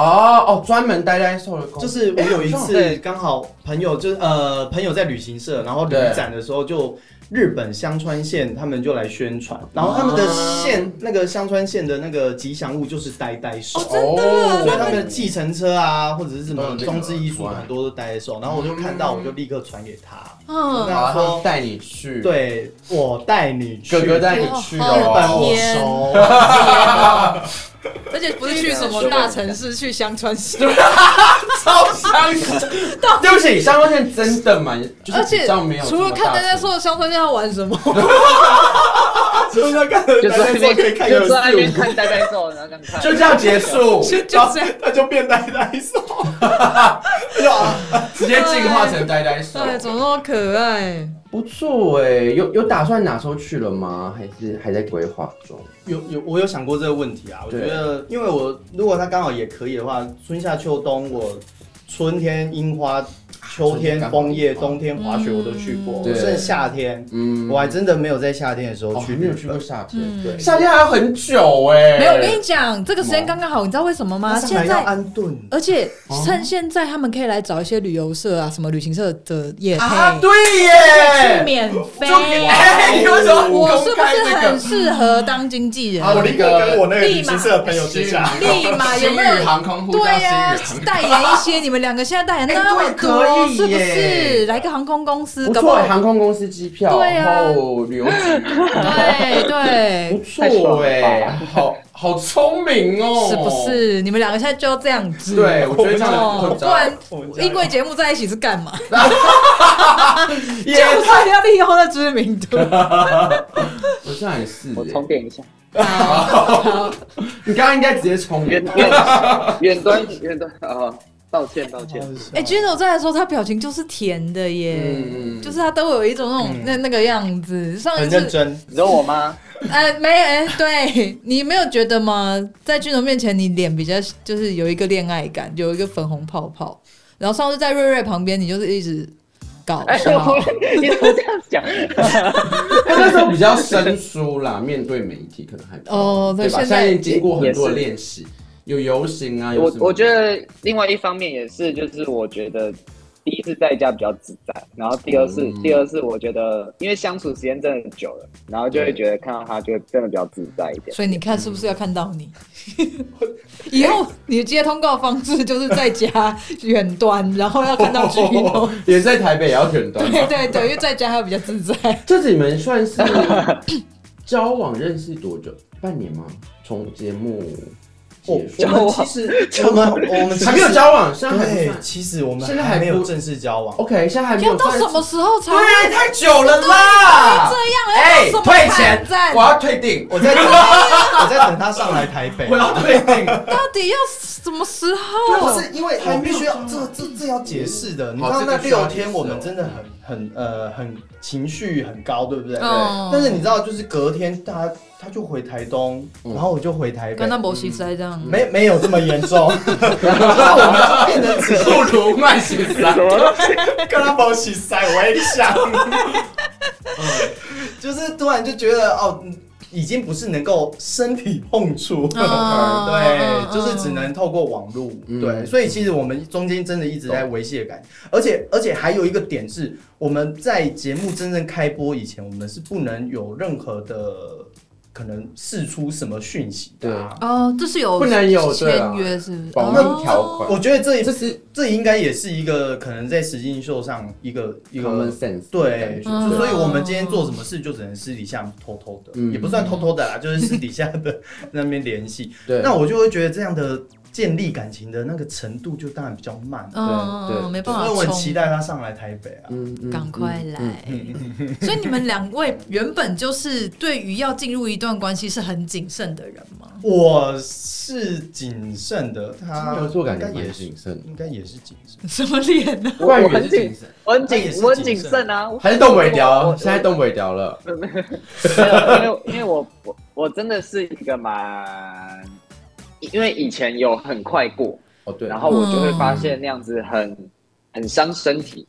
Speaker 2: 哦，专门待在受的工，
Speaker 5: 就是我有一次
Speaker 4: 对
Speaker 5: 刚好朋友就是呃朋友在旅行社，然后旅
Speaker 2: 对
Speaker 5: 展的时候就日本香川县他们就来宣传，然后他们的县、那个香川县的那个吉祥物就是呆呆兽。
Speaker 2: 哦
Speaker 5: 所以他们的计程车啊，或者是什
Speaker 2: 都有
Speaker 5: 么
Speaker 2: 这个
Speaker 5: 中之艺术，
Speaker 2: 图案
Speaker 5: 很多都呆呆兽。然后我就看到，我就立刻传给他。
Speaker 6: 嗯，
Speaker 2: 好，他们带你去，，
Speaker 5: 对，我带你去，
Speaker 2: 哥哥带你去
Speaker 5: 日本
Speaker 2: 哦，
Speaker 5: 我
Speaker 6: 天
Speaker 5: 熟。
Speaker 6: 而且不是去什么大城市，去香川市，
Speaker 2: 啊超香。啊对不起，香川县真的蛮，就是
Speaker 6: 而且
Speaker 2: 比较没有这
Speaker 6: 除
Speaker 2: 么
Speaker 6: 了
Speaker 2: 大城市。
Speaker 6: 看大家说的香川县要玩什么，
Speaker 5: 就是在看呆
Speaker 4: 就坐
Speaker 5: 呆
Speaker 4: 那
Speaker 5: 兽可以
Speaker 4: 边
Speaker 5: 看
Speaker 4: 就
Speaker 5: 有
Speaker 4: 坐那
Speaker 5: 四
Speaker 4: 边
Speaker 5: 五个，
Speaker 4: 看呆呆兽，然后这样看，
Speaker 2: 就这样结，束，
Speaker 6: 就就
Speaker 5: 然后
Speaker 6: 这样。
Speaker 5: 他就变呆呆兽。呀，
Speaker 2: 啊直接进化成呆呆兽。
Speaker 6: 对，怎么那么可爱？
Speaker 2: 不错哎，有有打算哪时候去了吗？还是还在规划中？
Speaker 5: 有有，我有想过这个问题啊。我觉
Speaker 2: 对
Speaker 5: 得，因为我如果他刚好也可以的话，春夏秋冬，我春天樱花，秋天枫叶，冬天滑雪我都去过。
Speaker 6: 嗯
Speaker 5: 我
Speaker 2: 对
Speaker 5: 剩夏天，
Speaker 2: 嗯
Speaker 5: 我还真的没有在夏天的时候
Speaker 2: 哦
Speaker 5: 去
Speaker 2: 没
Speaker 5: 日
Speaker 2: 有去过
Speaker 5: 本。
Speaker 2: 夏天，
Speaker 6: 嗯
Speaker 2: 对，夏天还要很久哎。
Speaker 6: 没有，我跟你讲，这个时间刚刚好，你知道为什么吗？
Speaker 5: 那上海
Speaker 6: 现
Speaker 5: 要
Speaker 6: 在
Speaker 5: 安顿，
Speaker 6: 而且
Speaker 2: 哦
Speaker 6: 趁现在，他们可以来找一些旅游社啊，什么旅行社的业配，
Speaker 2: 啊，对
Speaker 3: 去
Speaker 2: 耶，
Speaker 3: 免费
Speaker 2: 就。哎，你为什么
Speaker 6: 啊我是不是很很适合当经纪人。
Speaker 8: 啊，我立刻跟我那个旅
Speaker 6: 立马
Speaker 8: 行社的朋友接洽。
Speaker 6: 立 马有
Speaker 2: 星
Speaker 6: 没有
Speaker 2: 宇航空呼叫
Speaker 6: 对
Speaker 2: 星宇
Speaker 6: 呀、
Speaker 2: 航空，
Speaker 6: 代言一些，你们两个现在代言那么多，
Speaker 2: 哎对
Speaker 6: 是
Speaker 2: 可以
Speaker 6: 不是？
Speaker 2: 耶
Speaker 6: 来个航空公司，
Speaker 2: 不
Speaker 6: 搞不
Speaker 2: 错
Speaker 6: 好
Speaker 2: 欸，航空公司机票，
Speaker 6: 对啊
Speaker 2: 然后旅游局，
Speaker 6: 对
Speaker 2: 不
Speaker 6: 对，
Speaker 4: 太爽
Speaker 2: 错
Speaker 4: 了
Speaker 2: 哎，好好聪明哦，
Speaker 6: 是不？是？你们两个现在就要这样子，
Speaker 2: 对，我觉得这样
Speaker 6: 哦
Speaker 2: 很，
Speaker 6: 不然
Speaker 8: 我们家
Speaker 6: 因为节目在一起是干嘛？
Speaker 2: 也
Speaker 6: 就是要利用他的知名 度。
Speaker 2: 好像也是欸。
Speaker 4: 我充电一 下。
Speaker 6: 好好
Speaker 2: 你刚刚应该直接冲
Speaker 4: 远
Speaker 2: 我，
Speaker 4: 远远端远端啊，抱歉抱歉，
Speaker 6: 哎，Gino 再来说，他表情就是甜的耶。
Speaker 2: 嗯
Speaker 6: 就是他都有一种那种
Speaker 5: 嗯
Speaker 6: 那那个样子，上一
Speaker 5: 很认
Speaker 6: 次
Speaker 5: 真，
Speaker 4: 你说我吗？
Speaker 6: 哎没哎，对你没有觉得吗？在俊龙面前，你脸比较就是有一个恋爱感，有一个粉红泡泡。然后上次在瑞瑞旁边，你就是一直搞
Speaker 4: 哎，
Speaker 6: 笑，
Speaker 4: 我你怎么这样讲？
Speaker 2: 他那时候比较生疏啦，面对媒体可能还
Speaker 6: 哦对
Speaker 2: 对吧？
Speaker 6: 现
Speaker 2: 现
Speaker 6: 在
Speaker 2: 在经过很多
Speaker 4: 也
Speaker 2: 的
Speaker 4: 是
Speaker 2: 练习，有游行啊，有
Speaker 4: 我
Speaker 2: 什么
Speaker 4: 我觉得另外一方面也是，就是我觉得第一次在家比较自在，然后第二次、
Speaker 2: 嗯
Speaker 4: 第二次我觉得因为相处时间真的久了，然后就会觉得看到他就会真的比较自在一点。
Speaker 6: 所以你看是不是要看到你？以后你接通告方式就是在家远端，然后要看到 Gino。
Speaker 2: 连在台北也要远端吧。
Speaker 6: 对对对，因为在家还比较自在。
Speaker 2: 这你们算是交往认识多久？半年吗？从节目结束
Speaker 5: 我们其 实我们我们其实
Speaker 2: 还没有交往，现在还不
Speaker 5: 对
Speaker 2: 算，。
Speaker 5: 其实我们
Speaker 2: 现在还
Speaker 5: 还没有
Speaker 2: 不
Speaker 5: 正式交往。
Speaker 2: OK，现在还没
Speaker 6: 要
Speaker 2: 有
Speaker 6: 到
Speaker 2: 算是。
Speaker 6: 什么时候才会啊
Speaker 2: 对，太久了啦！哎
Speaker 6: 这样？要到什
Speaker 2: 退
Speaker 6: 么
Speaker 2: 钱
Speaker 6: 才赞，
Speaker 2: 我？要退订，
Speaker 5: 我在等，我在等他上来台北
Speaker 2: 我。要退订。
Speaker 6: 到底要什么时候？
Speaker 5: 啊不是因为
Speaker 2: 还
Speaker 5: 我
Speaker 2: 没
Speaker 5: 必
Speaker 2: 有
Speaker 5: 须要
Speaker 2: 交往
Speaker 5: 这这这要解释的，你知
Speaker 2: 好
Speaker 5: 道
Speaker 2: 哦这个
Speaker 5: 那
Speaker 2: 需要
Speaker 5: 六
Speaker 2: 解
Speaker 5: 天
Speaker 2: 释
Speaker 5: 我们
Speaker 2: 哦
Speaker 5: 真的很很呃很情绪很高，对不对？
Speaker 6: 嗯
Speaker 5: 但是你知道，就是隔天他他就回台东，
Speaker 2: 嗯
Speaker 5: 然后我就回台北
Speaker 6: 跟，他摩西塞这样。
Speaker 5: 没没有这么严 重，那我们就变成只是
Speaker 2: 不如卖血三。
Speaker 5: 跟他保起塞，我也 想。就是突然就觉得哦，嗯已经不是能够身体碰触，
Speaker 6: 嗯嗯
Speaker 5: 对，就是只能透过网络，
Speaker 2: 嗯
Speaker 5: 对，所以其实我们中间真的一直在维系的感情，而且而且还有一个点是，我们在节目真正开播以前，我们是不能有任何的可能释出什么讯息的啊、
Speaker 6: 哦，这是有
Speaker 2: 不能有对
Speaker 6: 签
Speaker 2: 啊
Speaker 6: 约，是不是？哦
Speaker 2: 保密条款
Speaker 5: 我觉得这一
Speaker 2: 这是
Speaker 5: 这应该也是一个可能在实境秀上一个一个
Speaker 2: common sense，
Speaker 5: 对，
Speaker 6: 嗯
Speaker 5: 就所以我们今天做什么事就只能私底下偷偷的，
Speaker 2: 嗯
Speaker 5: 也不算偷偷的啦，就是私底下 的那边联系。
Speaker 6: 嗯
Speaker 2: 对，
Speaker 5: 那我就会觉得这样的建立感情的那个程度就当然比较慢，
Speaker 6: 嗯，
Speaker 2: 对
Speaker 6: 嗯，
Speaker 2: 对
Speaker 6: 没办法
Speaker 5: 所以
Speaker 6: 冲。
Speaker 5: 我很期待他上来台北啊。
Speaker 2: 嗯嗯
Speaker 6: 赶快来
Speaker 2: 嗯！
Speaker 6: 所以你们两位原本就是对于要进入一段关系是很谨慎的人吗？
Speaker 5: 我是谨慎的，他
Speaker 2: 金牛座感觉
Speaker 5: 应该也
Speaker 2: 蛮
Speaker 5: 是
Speaker 2: 谨慎，
Speaker 5: 应该也是谨慎。
Speaker 6: 什么 脸呢、
Speaker 4: 我
Speaker 2: 冠
Speaker 4: 我
Speaker 2: 宇也
Speaker 4: 很
Speaker 2: 是
Speaker 4: 谨
Speaker 2: 谨，慎，
Speaker 4: 我很
Speaker 5: 他也是
Speaker 4: 谨，我很
Speaker 5: 谨
Speaker 4: 谨
Speaker 5: 慎
Speaker 4: 慎啊。
Speaker 2: 还是东北
Speaker 4: 我
Speaker 2: 调？
Speaker 4: 我
Speaker 2: 现在东北调了，
Speaker 4: 没有，因为因为我我我真的是一个蛮，因为以前有很快过，
Speaker 2: 哦对，
Speaker 4: 然后我就会发现那样子很很伤身体，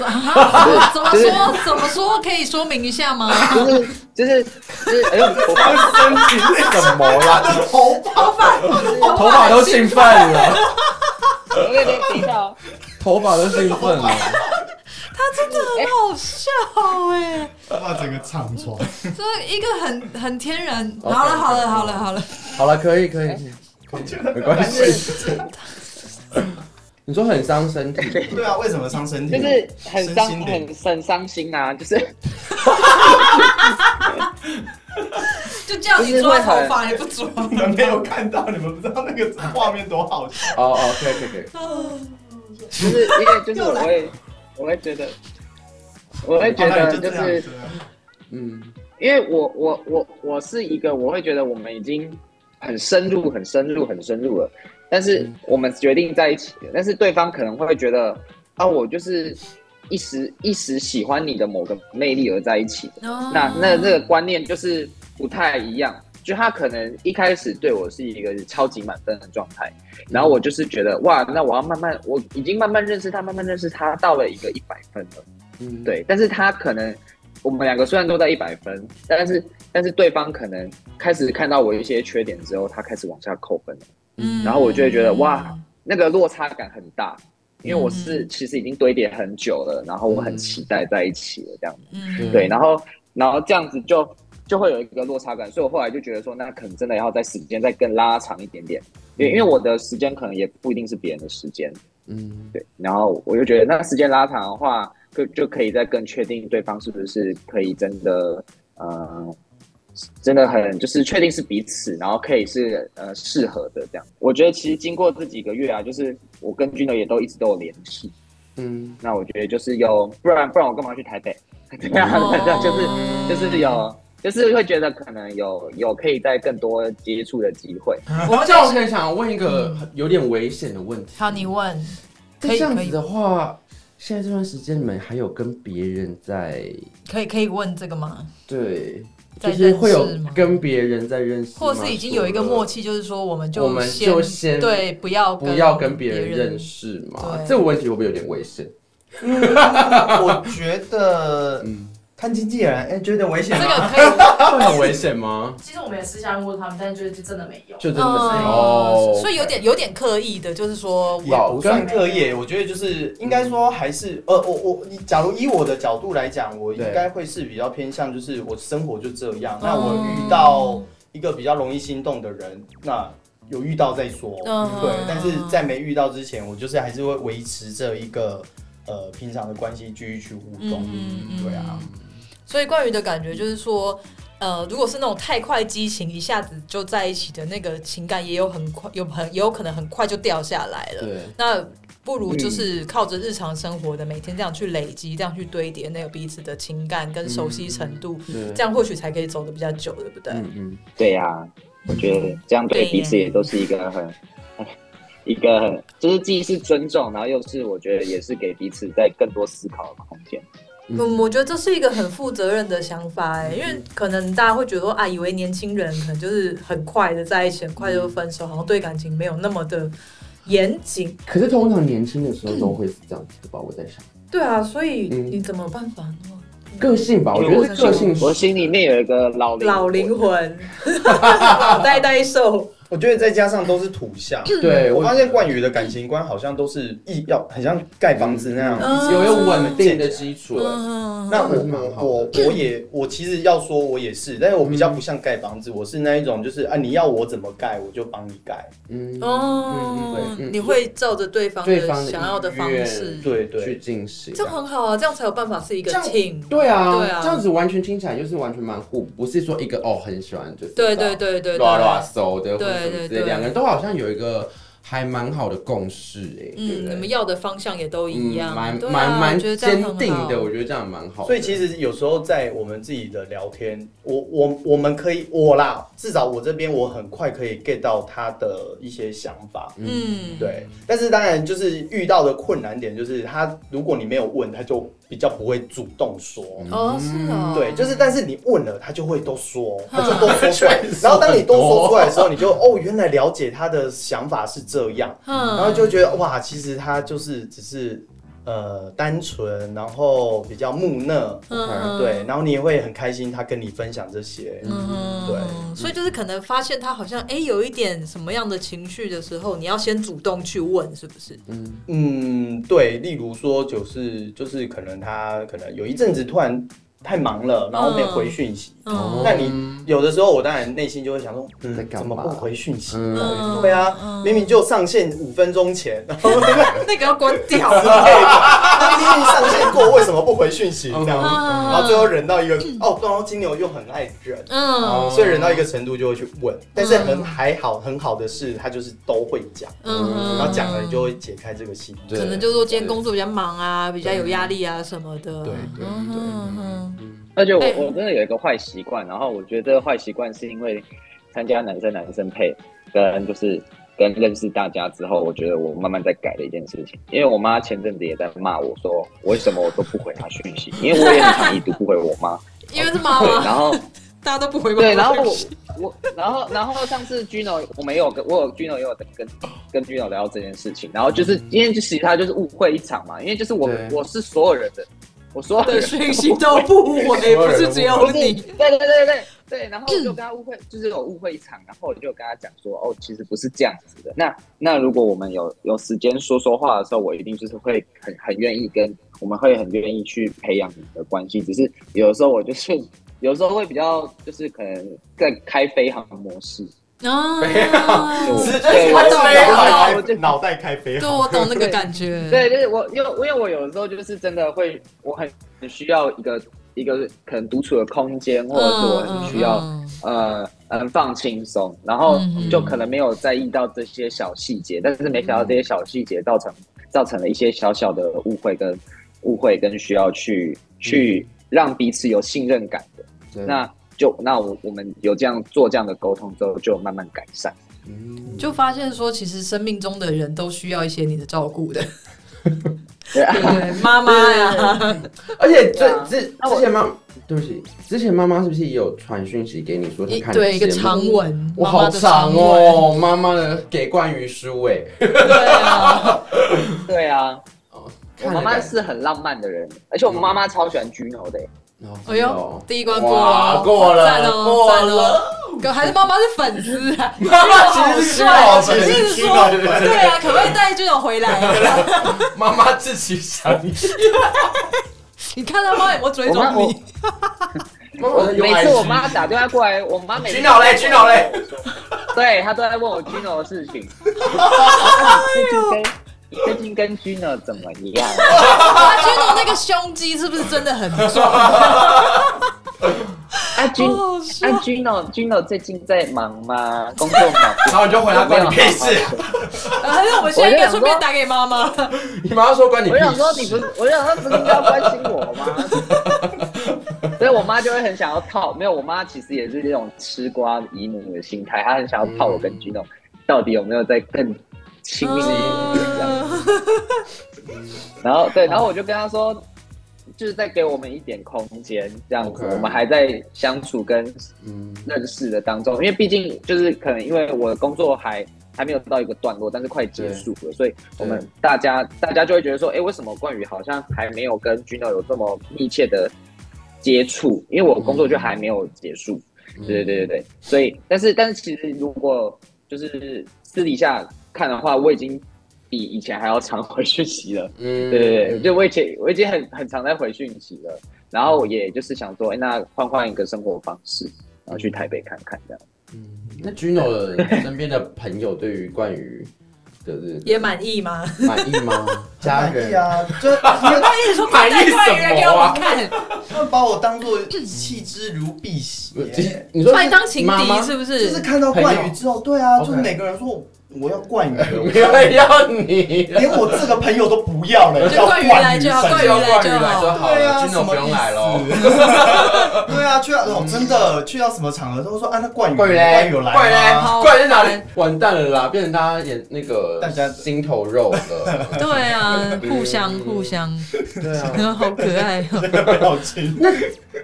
Speaker 6: 啊？怎么
Speaker 4: 就是
Speaker 6: 说？怎么说？可以说明一 下吗？
Speaker 4: 就是就是就是，哎呦，我发
Speaker 2: 身体是什么啦？ 头发 头发都兴奋了，
Speaker 4: 我有点等一下哦，
Speaker 2: 头发都兴奋了，
Speaker 6: 真的
Speaker 2: 哎
Speaker 6: 很好笑哎、
Speaker 5: 哇，整个唱错，
Speaker 6: 这一个很很天然。好
Speaker 2: OK，
Speaker 6: 了好了好了好了，
Speaker 2: 好了，可以可以，没关 系。你说很伤身体，
Speaker 5: 对啊，为什么伤身体？
Speaker 4: 就是很
Speaker 5: 身
Speaker 4: 伤
Speaker 5: 心
Speaker 4: 很
Speaker 5: 灵
Speaker 4: 很伤心啊，就是
Speaker 6: 就叫你抓头发也不 抓。
Speaker 5: 你们没有看到，你们不知道那个画面多好笑。
Speaker 2: 哦哦，可以可以可以，
Speaker 4: 就是因为就是我会我会觉得，我会觉
Speaker 5: 好啦
Speaker 4: 得
Speaker 5: 你
Speaker 4: 就
Speaker 5: 这样
Speaker 4: 是
Speaker 5: 子啊
Speaker 2: 嗯，
Speaker 4: 因为我我我我是一个我会觉得我们已经很深入很深入很深入了，但是我们决定在一起了，但是对方可能会觉得啊我就是一时一时喜欢你的某个魅力而在一起的。
Speaker 6: 哦
Speaker 4: 那那这个观念就是不太一样。就他可能一开始对我是一个超级满分的状态，然后我就是觉得哇，那我要慢慢，我已经慢慢认识他，慢慢认识他，到了一个一百分了。
Speaker 2: 嗯，
Speaker 4: 对，但是他可能我们两个虽然都在一百分，但是但是对方可能开始看到我有一些缺点之后，他开始往下扣分了，
Speaker 6: 嗯
Speaker 4: 然后我就会觉得哇，那个落差感很大。因为我是其实已经堆叠很久了，然后我很期待在一起了这样子。
Speaker 6: 嗯
Speaker 4: 对，然后然后这样子就就会有一个落差感，所以我后来就觉得说，那可能真的要在时间再更拉长一点点，因为因为我的时间可能也不一定是别人的时间，
Speaker 2: 嗯，
Speaker 4: 对，然后我就觉得那时间拉长的话，就就可以再更确定对方是不是可以真的，呃，真的很就是确定是彼此，然后可以是呃适合的这样。我觉得其实经过这几个月啊，就是我跟君德也都一直都有联系，
Speaker 2: 嗯，
Speaker 4: 那我觉得就是有，不然不然我干嘛去台北？ 对啊，对啊，就是就是有。就是会觉得可能有有可以再更多接触的机会，
Speaker 6: 我
Speaker 2: 这我可以想问一个有点危险的问题。
Speaker 6: 好，你问，可
Speaker 2: 那
Speaker 6: 以
Speaker 2: 这样
Speaker 6: 可
Speaker 2: 子
Speaker 6: 以
Speaker 2: 的话，现在这段时间你们还有跟别人在
Speaker 6: 可以可以问这个吗？
Speaker 2: 对，
Speaker 6: 在
Speaker 2: 就是会有
Speaker 6: 认识吗
Speaker 2: 跟别人在认识吗，
Speaker 6: 或是已经有一个默
Speaker 2: 契，
Speaker 6: 契，就是说我们
Speaker 2: 我们
Speaker 6: 先
Speaker 2: 就先
Speaker 6: 对，不要
Speaker 2: 不要跟别人
Speaker 6: 人
Speaker 2: 认识嘛？
Speaker 6: 对
Speaker 2: 这个问题会不会有点危险？
Speaker 5: 我觉得
Speaker 2: 嗯，
Speaker 5: 看经纪人，哎、觉得危险
Speaker 6: 这
Speaker 5: 吗？
Speaker 6: 个可以， 嗯
Speaker 2: 会很危险吗？
Speaker 7: 其实我们也私下问过他们，但就是真的没有。
Speaker 2: 就真的是哦
Speaker 6: 嗯，所以有点有点刻意的，就是说
Speaker 5: 也
Speaker 6: 我
Speaker 5: 不算刻意，我觉得就是应该说还
Speaker 6: 嗯
Speaker 5: 是呃，我我你假如以我的角度来讲，我应
Speaker 2: 对
Speaker 5: 该会是比较偏向就是我生活就这样，那我
Speaker 6: 嗯
Speaker 5: 遇到一个比较容易心动的人，那有遇到再说，
Speaker 6: 嗯
Speaker 5: 对，但是在没遇到之前，我就是还是会维持着一个呃平常的关系继续去互动，
Speaker 6: 嗯
Speaker 5: 对啊，
Speaker 6: 所以关于的感觉就是说，呃，如果是那种太快激情，一下子就在一起的那个情感，也有很快有很有可能很快就掉下来了。
Speaker 2: 对，
Speaker 6: 那不如
Speaker 2: 嗯
Speaker 6: 就是靠着日常生活的每天这样去累积，这样去堆叠那个彼此的情感跟熟悉程度，
Speaker 2: 对
Speaker 6: 这样或许才可以走得比较久，对不对？
Speaker 2: 嗯嗯，
Speaker 4: 对呀、我觉得这样对
Speaker 6: 对
Speaker 4: 彼此
Speaker 6: 耶
Speaker 4: 也都是一个很， 一个很，就是既是尊重，然后又是我觉得也是给彼此在更多思考的空间。
Speaker 2: 嗯
Speaker 6: 嗯，我觉得这是一个很负责任的想法、欸，因为可能大家会觉得说啊，以为年轻人可能就是很快的在一起，很快就分手，好像对感情没有那么的严谨。
Speaker 2: 可是通常年轻的时候都会是这样子的吧？我在想，
Speaker 6: 对啊，所以
Speaker 2: 嗯
Speaker 6: 你怎么办法呢？
Speaker 2: 个性吧，我觉得是个性
Speaker 4: 我心里面有一个老
Speaker 6: 嗯
Speaker 4: 灵
Speaker 6: 老
Speaker 4: 魂
Speaker 6: 灵魂， 老呆呆兽，
Speaker 5: 我觉得再加上都是土象，
Speaker 6: 嗯
Speaker 2: 对
Speaker 5: 我
Speaker 2: 我
Speaker 5: 发现冠宇的感情观好像都是一要很像盖房子那样，
Speaker 6: 嗯
Speaker 2: 有一个稳定的基础。
Speaker 6: 嗯，
Speaker 5: 那我
Speaker 2: 嗯蛮好嗯
Speaker 5: 我我我也我其实要说，我也是，但是我比较不像盖房子，我是那一种就是啊，你要我怎么盖，我就帮你盖。
Speaker 2: 嗯，
Speaker 6: 哦
Speaker 2: 嗯对，嗯
Speaker 6: 你会照着对方
Speaker 2: 对
Speaker 6: 的
Speaker 2: 方的
Speaker 6: 想要的方式，
Speaker 5: 对
Speaker 2: 去
Speaker 5: 对，
Speaker 2: 进行
Speaker 6: 这样很好啊，这样才有办法是一个
Speaker 2: 这样
Speaker 6: team。
Speaker 2: 对啊，
Speaker 6: 对啊
Speaker 2: 这样子完全听起来就是完全蛮互补，不是说一个哦很喜欢就是
Speaker 6: 对对对对
Speaker 2: 拉拉
Speaker 6: 对，
Speaker 2: 手啊的或者什么
Speaker 6: 对对
Speaker 2: 之类，
Speaker 6: 对
Speaker 2: 两个人都好像有一个还蛮好的共识哎、对不
Speaker 6: 嗯，你们
Speaker 2: 对？
Speaker 6: 要的方向也都一样，
Speaker 2: 蛮
Speaker 6: 对啊
Speaker 2: 蛮蛮
Speaker 6: 我觉得这样
Speaker 2: 坚
Speaker 6: 很好
Speaker 2: 定的，我觉得这样蛮好的。
Speaker 5: 所以其实有时候在我们自己的聊天，我我我们可以我啦，至少我这边我很快可以 get 到他的一些想法。
Speaker 6: 嗯，
Speaker 5: 对，但是当然就是遇到的困难点就是他，如果你没有问，他就比较不会主动说。
Speaker 2: 嗯
Speaker 6: 哦，是哦，
Speaker 5: 对，就是但是你问了，他就会都说，哦他就
Speaker 6: 嗯
Speaker 5: 都说出
Speaker 2: 确
Speaker 5: 来。
Speaker 2: 实
Speaker 5: 然后当你都说出来的时候，你就哦，原来了解他的想法是这样，
Speaker 6: 嗯，
Speaker 5: 然后就觉得哇，其实他就是只是呃单纯，然后比较木讷，
Speaker 6: 嗯
Speaker 5: 对，然后你也会很开心，他跟你分享这些。
Speaker 6: 嗯，
Speaker 5: 对
Speaker 6: 所以就是可能发现他好像哎、诶有一点什么样的情绪的时候，你要先主动去问，是不是？
Speaker 2: 嗯，
Speaker 5: 嗯，对，例如说就是就是可能他可能有一阵子突然太忙了，然后没回讯息。
Speaker 6: 嗯
Speaker 5: 那你有的时候，我当然内心就会想说，
Speaker 2: 在
Speaker 5: 嗯，
Speaker 2: 干
Speaker 5: 怎么
Speaker 2: 嘛
Speaker 5: 不回讯息？
Speaker 2: 嗯，
Speaker 6: 嗯
Speaker 5: 对啊，明明就上线五分钟 前，然后
Speaker 6: 那个要关掉。
Speaker 5: 他明明上线过，为什么不回讯息？这样，
Speaker 6: 嗯
Speaker 5: 然后最后忍到一个哦，然后金牛又很爱忍，
Speaker 6: 嗯
Speaker 5: 所以忍到一个程度就会去问。但是很还好，很好的是他就是都会讲，
Speaker 6: 嗯，
Speaker 5: 然后讲了你就会解开这个心。
Speaker 2: 对
Speaker 6: 可能就说今天工作比较忙啊，比较有压力啊什么的。
Speaker 5: 对对
Speaker 6: 嗯
Speaker 4: 而且我
Speaker 6: 哎
Speaker 4: 我真的有一个坏习惯，然后我觉得这个坏习惯是因为参加男生男生配跟就是跟认识大家之后，我觉得我慢慢在改的一件事情。因为我妈前阵子也在骂我说，为什么我都不回她讯息，因为我也很常已读不回 我妈。
Speaker 6: 因为是妈
Speaker 4: 对，
Speaker 6: 妈，
Speaker 4: 然后。
Speaker 6: 大家都不回报。
Speaker 4: 对，然后我我然后然后上次 Gino 我们也有跟我有 Gino 也有跟跟 Gino 聊到这件事情，然后就是因为就其实他就是误会一场嘛，因为就是我
Speaker 2: 对
Speaker 4: 我是所有人的，我所有
Speaker 6: 的
Speaker 4: 人
Speaker 6: 讯息都不回，不是只有
Speaker 4: 不是
Speaker 6: 你。
Speaker 4: 对对对对对，然后我就跟他误会，就是有误会一场，然后我就跟他讲说，哦，其实不是这样子的。那那如果我们有有时间说说话的时候，我一定就是会很很愿意跟，我们会很愿意去培养你的关系。只是有的时候我就是有时候会比较就是可能在开飞行模式，
Speaker 6: 啊，
Speaker 4: 就
Speaker 8: 直接
Speaker 4: 对
Speaker 8: 开
Speaker 4: 我
Speaker 8: 飞
Speaker 4: 我
Speaker 8: 好
Speaker 4: 我就，
Speaker 8: 脑袋开飞
Speaker 6: 对
Speaker 8: 好。
Speaker 6: 我懂那个感觉，
Speaker 4: 对，就是我，因为因为我有的时候就是真的会，我很很需要一个一个可能独处的空间，
Speaker 6: 嗯，
Speaker 4: 或者是我很需要、
Speaker 6: 嗯
Speaker 4: 呃嗯放轻松，然后
Speaker 6: 嗯
Speaker 4: 就可能没有在意到这些小细节，但是没想到这些小细节造成造成了一些小小的误会跟误会跟需要去
Speaker 6: 嗯
Speaker 4: 去让彼此有信任感的，
Speaker 2: 对
Speaker 4: 那就那我我们有这样做这样的沟通之后，就慢慢改善。
Speaker 2: 嗯
Speaker 6: 就发现说，其实生命中的人都需要一些你的照顾的，
Speaker 4: 对啊
Speaker 6: 对不对？妈妈呀，
Speaker 2: 而且
Speaker 4: 对啊
Speaker 2: 这之
Speaker 4: 那我
Speaker 2: 之前妈，对不起，之前妈妈是不是也有传讯息给你说她
Speaker 6: 一
Speaker 2: 看
Speaker 6: 对
Speaker 2: 你
Speaker 6: 一个
Speaker 2: 节目
Speaker 6: 长文，
Speaker 2: 我
Speaker 6: 妈妈
Speaker 2: 好
Speaker 6: 的
Speaker 2: 长
Speaker 6: 文，
Speaker 2: 哦，妈妈的给冠于书哎，
Speaker 6: 对啊，
Speaker 4: 对啊，我
Speaker 2: 看
Speaker 4: 妈
Speaker 2: 了
Speaker 4: 妈
Speaker 2: 感
Speaker 4: 是很浪漫的人，而且我妈妈超喜欢 Gino 的、欸
Speaker 2: 哦
Speaker 6: 哎呦，第一关过
Speaker 2: 哇
Speaker 6: 了，
Speaker 2: 过
Speaker 6: 赞
Speaker 2: 了，
Speaker 6: 哦，
Speaker 2: 过
Speaker 6: 赞
Speaker 2: 了，
Speaker 6: 哦，可还是妈妈是粉丝啊，
Speaker 2: 妈妈其实是
Speaker 6: 好
Speaker 2: 好
Speaker 6: 帅，
Speaker 2: 粉
Speaker 6: 一直
Speaker 2: 丝，
Speaker 6: 说，对啊，可不可以带这种回来？
Speaker 2: 妈妈自己想，
Speaker 6: 你看到猫有没有追
Speaker 4: 我妈
Speaker 6: 踪
Speaker 4: 我
Speaker 6: 你？
Speaker 2: 妈
Speaker 4: 我
Speaker 2: 妈有
Speaker 4: 每
Speaker 2: 爱
Speaker 4: 次我
Speaker 2: 心，
Speaker 4: 妈打电话过来，我妈每次
Speaker 2: Gino 嘞，Gino 嘞，
Speaker 4: 对她都在问我 Gino 的事情。你最近跟你最近跟 Gino 怎么样？
Speaker 6: 阿君龙那个胸肌是不是真的很壮？
Speaker 4: 啊 Gino
Speaker 6: 好好笑
Speaker 4: 啊 Gino Gino 最近在忙吗？工作忙 不
Speaker 5: 然后你就回答关你屁事。
Speaker 6: 还是我们现在应该顺便打给妈妈？
Speaker 2: 你妈妈说关你
Speaker 4: 我
Speaker 2: 屁
Speaker 4: 想说你不
Speaker 2: 事，
Speaker 4: 是，我想说不是应该要关心我吗？ 所以我妈就会很想要套，没有，我妈其实也是这种吃瓜姨母的心态，她很想要套我跟 Gino 到底有没有在更亲密的一面这样。
Speaker 6: 嗯
Speaker 4: 然后对，然后我就跟她说，就是再给我们一点空间，这样子
Speaker 2: OK
Speaker 4: 我们还在相处跟
Speaker 2: 嗯，
Speaker 4: 认识的当中，因为毕竟就是可能因为我的工作还还没有到一个段落，但是快结束了，所以我们大家大家就会觉得说，哎，为什么冠宇好像还没有跟 Gino 有这么密切的接触？因为我工作就还没有结束，
Speaker 2: 嗯
Speaker 4: 对对对对对，所以但是但是其实如果就是私底下看的话，我已经比以前还要常回讯息了。
Speaker 2: 嗯，
Speaker 4: 对对对，就我以前我已经很很常在回讯息了，然后也就是想说，哎、那换换一个生活方式，然后去台北看看这样。
Speaker 2: 嗯那 Gino 的身边的朋友对于冠宇的日子
Speaker 6: 也满意吗？
Speaker 2: 满意吗？家
Speaker 5: 满意
Speaker 2: 人，
Speaker 5: 啊，就他
Speaker 6: 他一直说快带怪人给我们 看，
Speaker 5: 们把我当做弃之如敝屣。
Speaker 2: 你说
Speaker 6: 把你当情
Speaker 2: 妈
Speaker 6: 敌
Speaker 2: 妈
Speaker 6: 是
Speaker 5: 就
Speaker 6: 不
Speaker 5: 是
Speaker 6: 是？
Speaker 5: 看到冠宇之后，对啊，就是
Speaker 2: OK
Speaker 5: 每个人说我我要冠 宇，
Speaker 2: 没有人要你了，
Speaker 5: 连我这个朋友都不要了，
Speaker 6: 就
Speaker 5: 要
Speaker 6: 冠宇来
Speaker 5: 宇
Speaker 6: 就好
Speaker 5: 上
Speaker 6: 冠宇来就好
Speaker 2: 好
Speaker 5: 对啊，
Speaker 2: 金总不用来喽
Speaker 5: 了。。 对啊，去到哦，真的去到什么场合都说啊，那冠宇
Speaker 2: 怪
Speaker 5: 冠
Speaker 2: 嘞，
Speaker 5: 宇有
Speaker 2: 怪
Speaker 5: 来
Speaker 2: 嘞
Speaker 5: 吗？
Speaker 6: 好，
Speaker 2: 怪在哪里？完蛋了啦，变成大家演那个
Speaker 5: 大家
Speaker 2: 心头肉了。
Speaker 6: 对啊，互相互相，
Speaker 5: 对啊，
Speaker 6: 然后好可爱哦。
Speaker 5: 表情。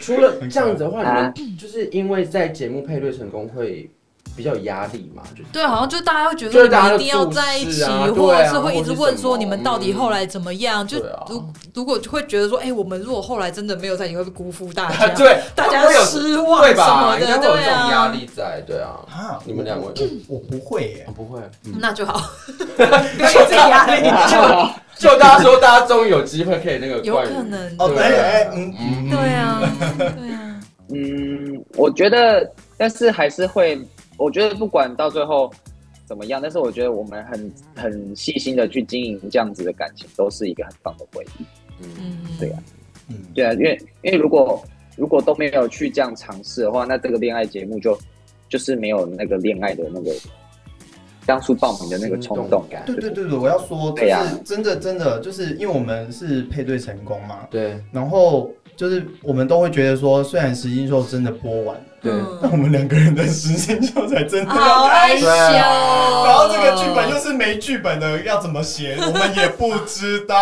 Speaker 2: 除了这样子的话，
Speaker 4: 啊
Speaker 2: 你们就是因为在节目配对成功会比较有压力嘛，就是
Speaker 6: 对，好像就大家会觉
Speaker 2: 就
Speaker 6: 得
Speaker 2: 是
Speaker 6: 你
Speaker 2: 大
Speaker 6: 们
Speaker 2: 家
Speaker 6: 一定要
Speaker 2: 都
Speaker 6: 在一
Speaker 2: 注
Speaker 6: 起，
Speaker 2: 视啊
Speaker 6: 或
Speaker 2: 对
Speaker 6: 者
Speaker 2: 啊
Speaker 6: 是会一直问说你们到底
Speaker 2: 嗯
Speaker 6: 后来怎么样？就
Speaker 2: 对啊
Speaker 6: 如如果就会觉得说，哎、我们如果后来真的没有在一起，会不会辜 负大家，
Speaker 2: 对，啊
Speaker 6: 大
Speaker 2: 会
Speaker 6: 家
Speaker 2: 不会有
Speaker 6: 失望
Speaker 2: 对
Speaker 6: 什
Speaker 2: 吧？
Speaker 6: 么
Speaker 2: 应该
Speaker 6: 的，
Speaker 2: 会有
Speaker 6: 对
Speaker 2: 这种压
Speaker 6: 啊。
Speaker 2: 力在，对啊。
Speaker 5: 啊
Speaker 2: 你们两位，
Speaker 5: 我不会耶，
Speaker 2: 我不会，
Speaker 6: 那就好， 不要给自己压力，
Speaker 2: 就大家说，大家终于有机会可以那个
Speaker 6: 有
Speaker 2: 冠宇
Speaker 6: 可能
Speaker 5: 哦，
Speaker 2: 对
Speaker 5: 对，哎，嗯
Speaker 2: 嗯
Speaker 6: 对啊， 对啊，
Speaker 4: 嗯，我觉得，但是还是会，我觉得不管到最后怎么样，但是我觉得我们很很细心的去经营这样子的感情，都是一个很棒的回忆。
Speaker 2: 嗯
Speaker 6: 嗯，
Speaker 4: 对啊
Speaker 5: 嗯，
Speaker 4: 对啊，因为因为如果如果都没有去这样尝试的话，那这个恋爱节目就就是没有那个恋爱的那个当初报名的那个冲动感。
Speaker 5: 对对对对，我要说，就
Speaker 4: 对呀
Speaker 5: 是真的真的，就是因为我们是配对成功嘛，
Speaker 2: 对
Speaker 5: 然后就是我们都会觉得说，虽然实境秀真的播完了，
Speaker 2: 对，啊
Speaker 5: 但我们两个人的实境秀才真的
Speaker 6: 好
Speaker 5: 要
Speaker 6: 害
Speaker 5: 开
Speaker 6: 羞。啊
Speaker 5: 始。
Speaker 6: 哦
Speaker 5: 然后这个剧本又是没剧本的，要怎么写，我们也不知道。